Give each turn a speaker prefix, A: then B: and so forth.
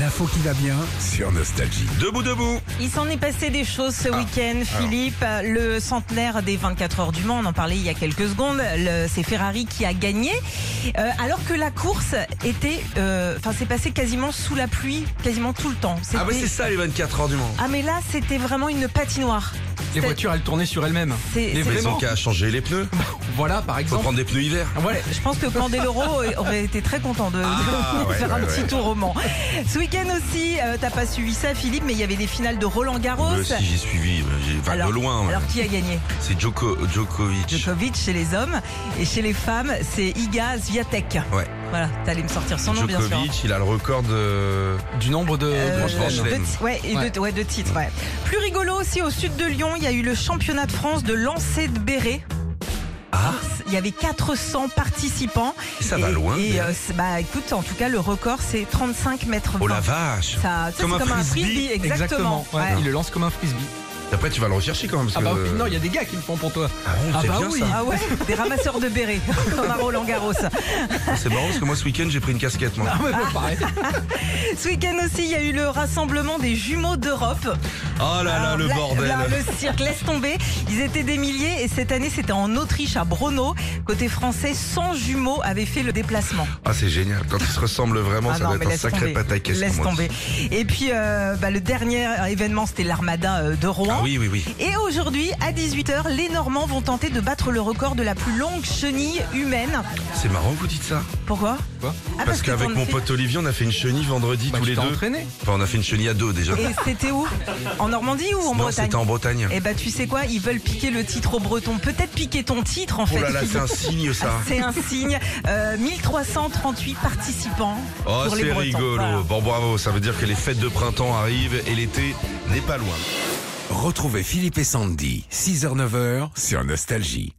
A: L'info qui va bien sur Nostalgie.
B: Debout, debout.
C: Il s'en est passé des choses
B: Ah,
C: ce week-end, Philippe. Le centenaire des 24 heures du Mans, on en parlait il y a quelques secondes. Le- C'est Ferrari qui a gagné, Euh, alors que la course était, euh, enfin, c'est passé quasiment sous la pluie, quasiment tout le temps.
B: Ah, bah
C: C'était-
B: c'est ça les 24 heures du monde.
C: Ah, mais là, c'était vraiment une patinoire.
D: Les voitures, elles tournaient sur elles-mêmes. Mais
C: C'est- Bah, c'est-
B: Mais ils
D: vraiment.
B: ont qu'à changer les pneus.
D: Voilà, par
B: Faut
D: exemple.
B: prendre des pneus hiver.
D: Voilà.
C: Je pense que Candeloro aurait été très content de, de
B: Ah, ouais,
C: faire un
B: ouais,
C: petit
B: ouais.
C: tour au Mans. Ce week-end aussi, euh, t'as pas suivi ça, Philippe, mais il y avait des finales de Roland Garros.
B: Moi aussi, Euh, j'ai suivi. mais j'ai- Enfin,
C: alors,
B: de loin.
C: alors qui a gagné
B: C'est Djoko- Djokovic.
C: Djokovic chez les hommes et chez les femmes, c'est Iga Swiatek.
B: Ouais.
C: Voilà, t'allais me sortir son nom bien sûr.
B: Djokovic, il a le record de.
D: Du nombre de.
C: Euh,
D: grands
B: Grand Chelem.
D: chelems.
C: de ti- ouais, et de-
D: Ouais.
C: ouais, de titres. ouais. Plus rigolo aussi, au sud de Lyon, il y a eu le championnat de France de lancer de béret.
B: Ah,
C: Il y avait 400 participants.
B: ça va
C: Et-
B: loin.
C: Et
B: mais-
C: euh, c'est- bah écoute, en tout cas, le record c'est 35 mètres.
B: Oh
C: 20.
B: la vache.
C: Ça, tu sais, c'est
B: Comme un frisbee.
C: exactement.
D: ouais.
C: Ouais.
D: Il le lance comme un frisbee.
B: Après, tu vas le rechercher quand même. parce
D: Ah bah
B: que-
D: oui, non, il y a des gars qui le font pour toi.
B: Ah bon,
D: Ah
B: c'est
D: bah
B: bien
D: oui.
B: ça.
C: Ah ouais, des ramasseurs de bérets, comme à Roland Garros.
B: C'est marrant parce que moi, ce week-end, j'ai pris une casquette. Moi.
D: Ah, mais bon, pareil.
C: Ce week-end aussi, il y a eu le rassemblement des jumeaux d'Europe.
B: Oh là là,
C: Alors
B: le
C: Ah, là,
B: bordel.
C: là, le cirque, laisse tomber. Ils étaient des milliers et cette année, c'était en Autriche, à Brno. Côté français, 100 jumeaux avaient fait le déplacement.
B: Ah, c'est génial. Quand ils se ressemblent vraiment,
C: Ah
B: ça
C: non,
B: doit
C: mais
B: être un
C: laisse
B: sacré
C: tomber.
B: pataquès.
C: Laisse
B: comme on dit.
C: tomber. Et puis, euh, bah, le dernier événement, c'était l'Armada euh, de Rouen.
B: Ah oui, oui, oui.
C: Et aujourd'hui, à 18h, les Normands vont tenter de battre le record de la plus longue chenille humaine.
B: C'est marrant que vous dites ça.
C: Pourquoi
D: Quoi
C: Ah,
B: Parce
C: que
B: qu'avec
C: t'en
B: mon
C: fais-
B: pote Olivier, on a fait une chenille vendredi
D: Bah,
B: tous
D: tu
B: les
D: t'es
B: deux.
D: entraîné.
B: Enfin, on a fait une chenille à deux déjà.
C: Et c'était où En Normandie ou en
B: non,
C: Bretagne
B: c'était en Bretagne.
C: Eh bah tu sais quoi, ils veulent piquer le titre aux Bretons. Peut-être piquer ton titre en
B: Oh
C: fait.
B: là là, c'est un signe ça.
C: C'est un signe. Euh, 1338 participants
B: Oh,
C: pour les
B: c'est
C: Bretons.
B: rigolo.
C: Voilà.
B: Bon, bravo, ça veut dire que les fêtes de printemps arrivent et l'été n'est pas loin.
A: Retrouvez Philippe et Sandy, 6h-9h sur Nostalgie.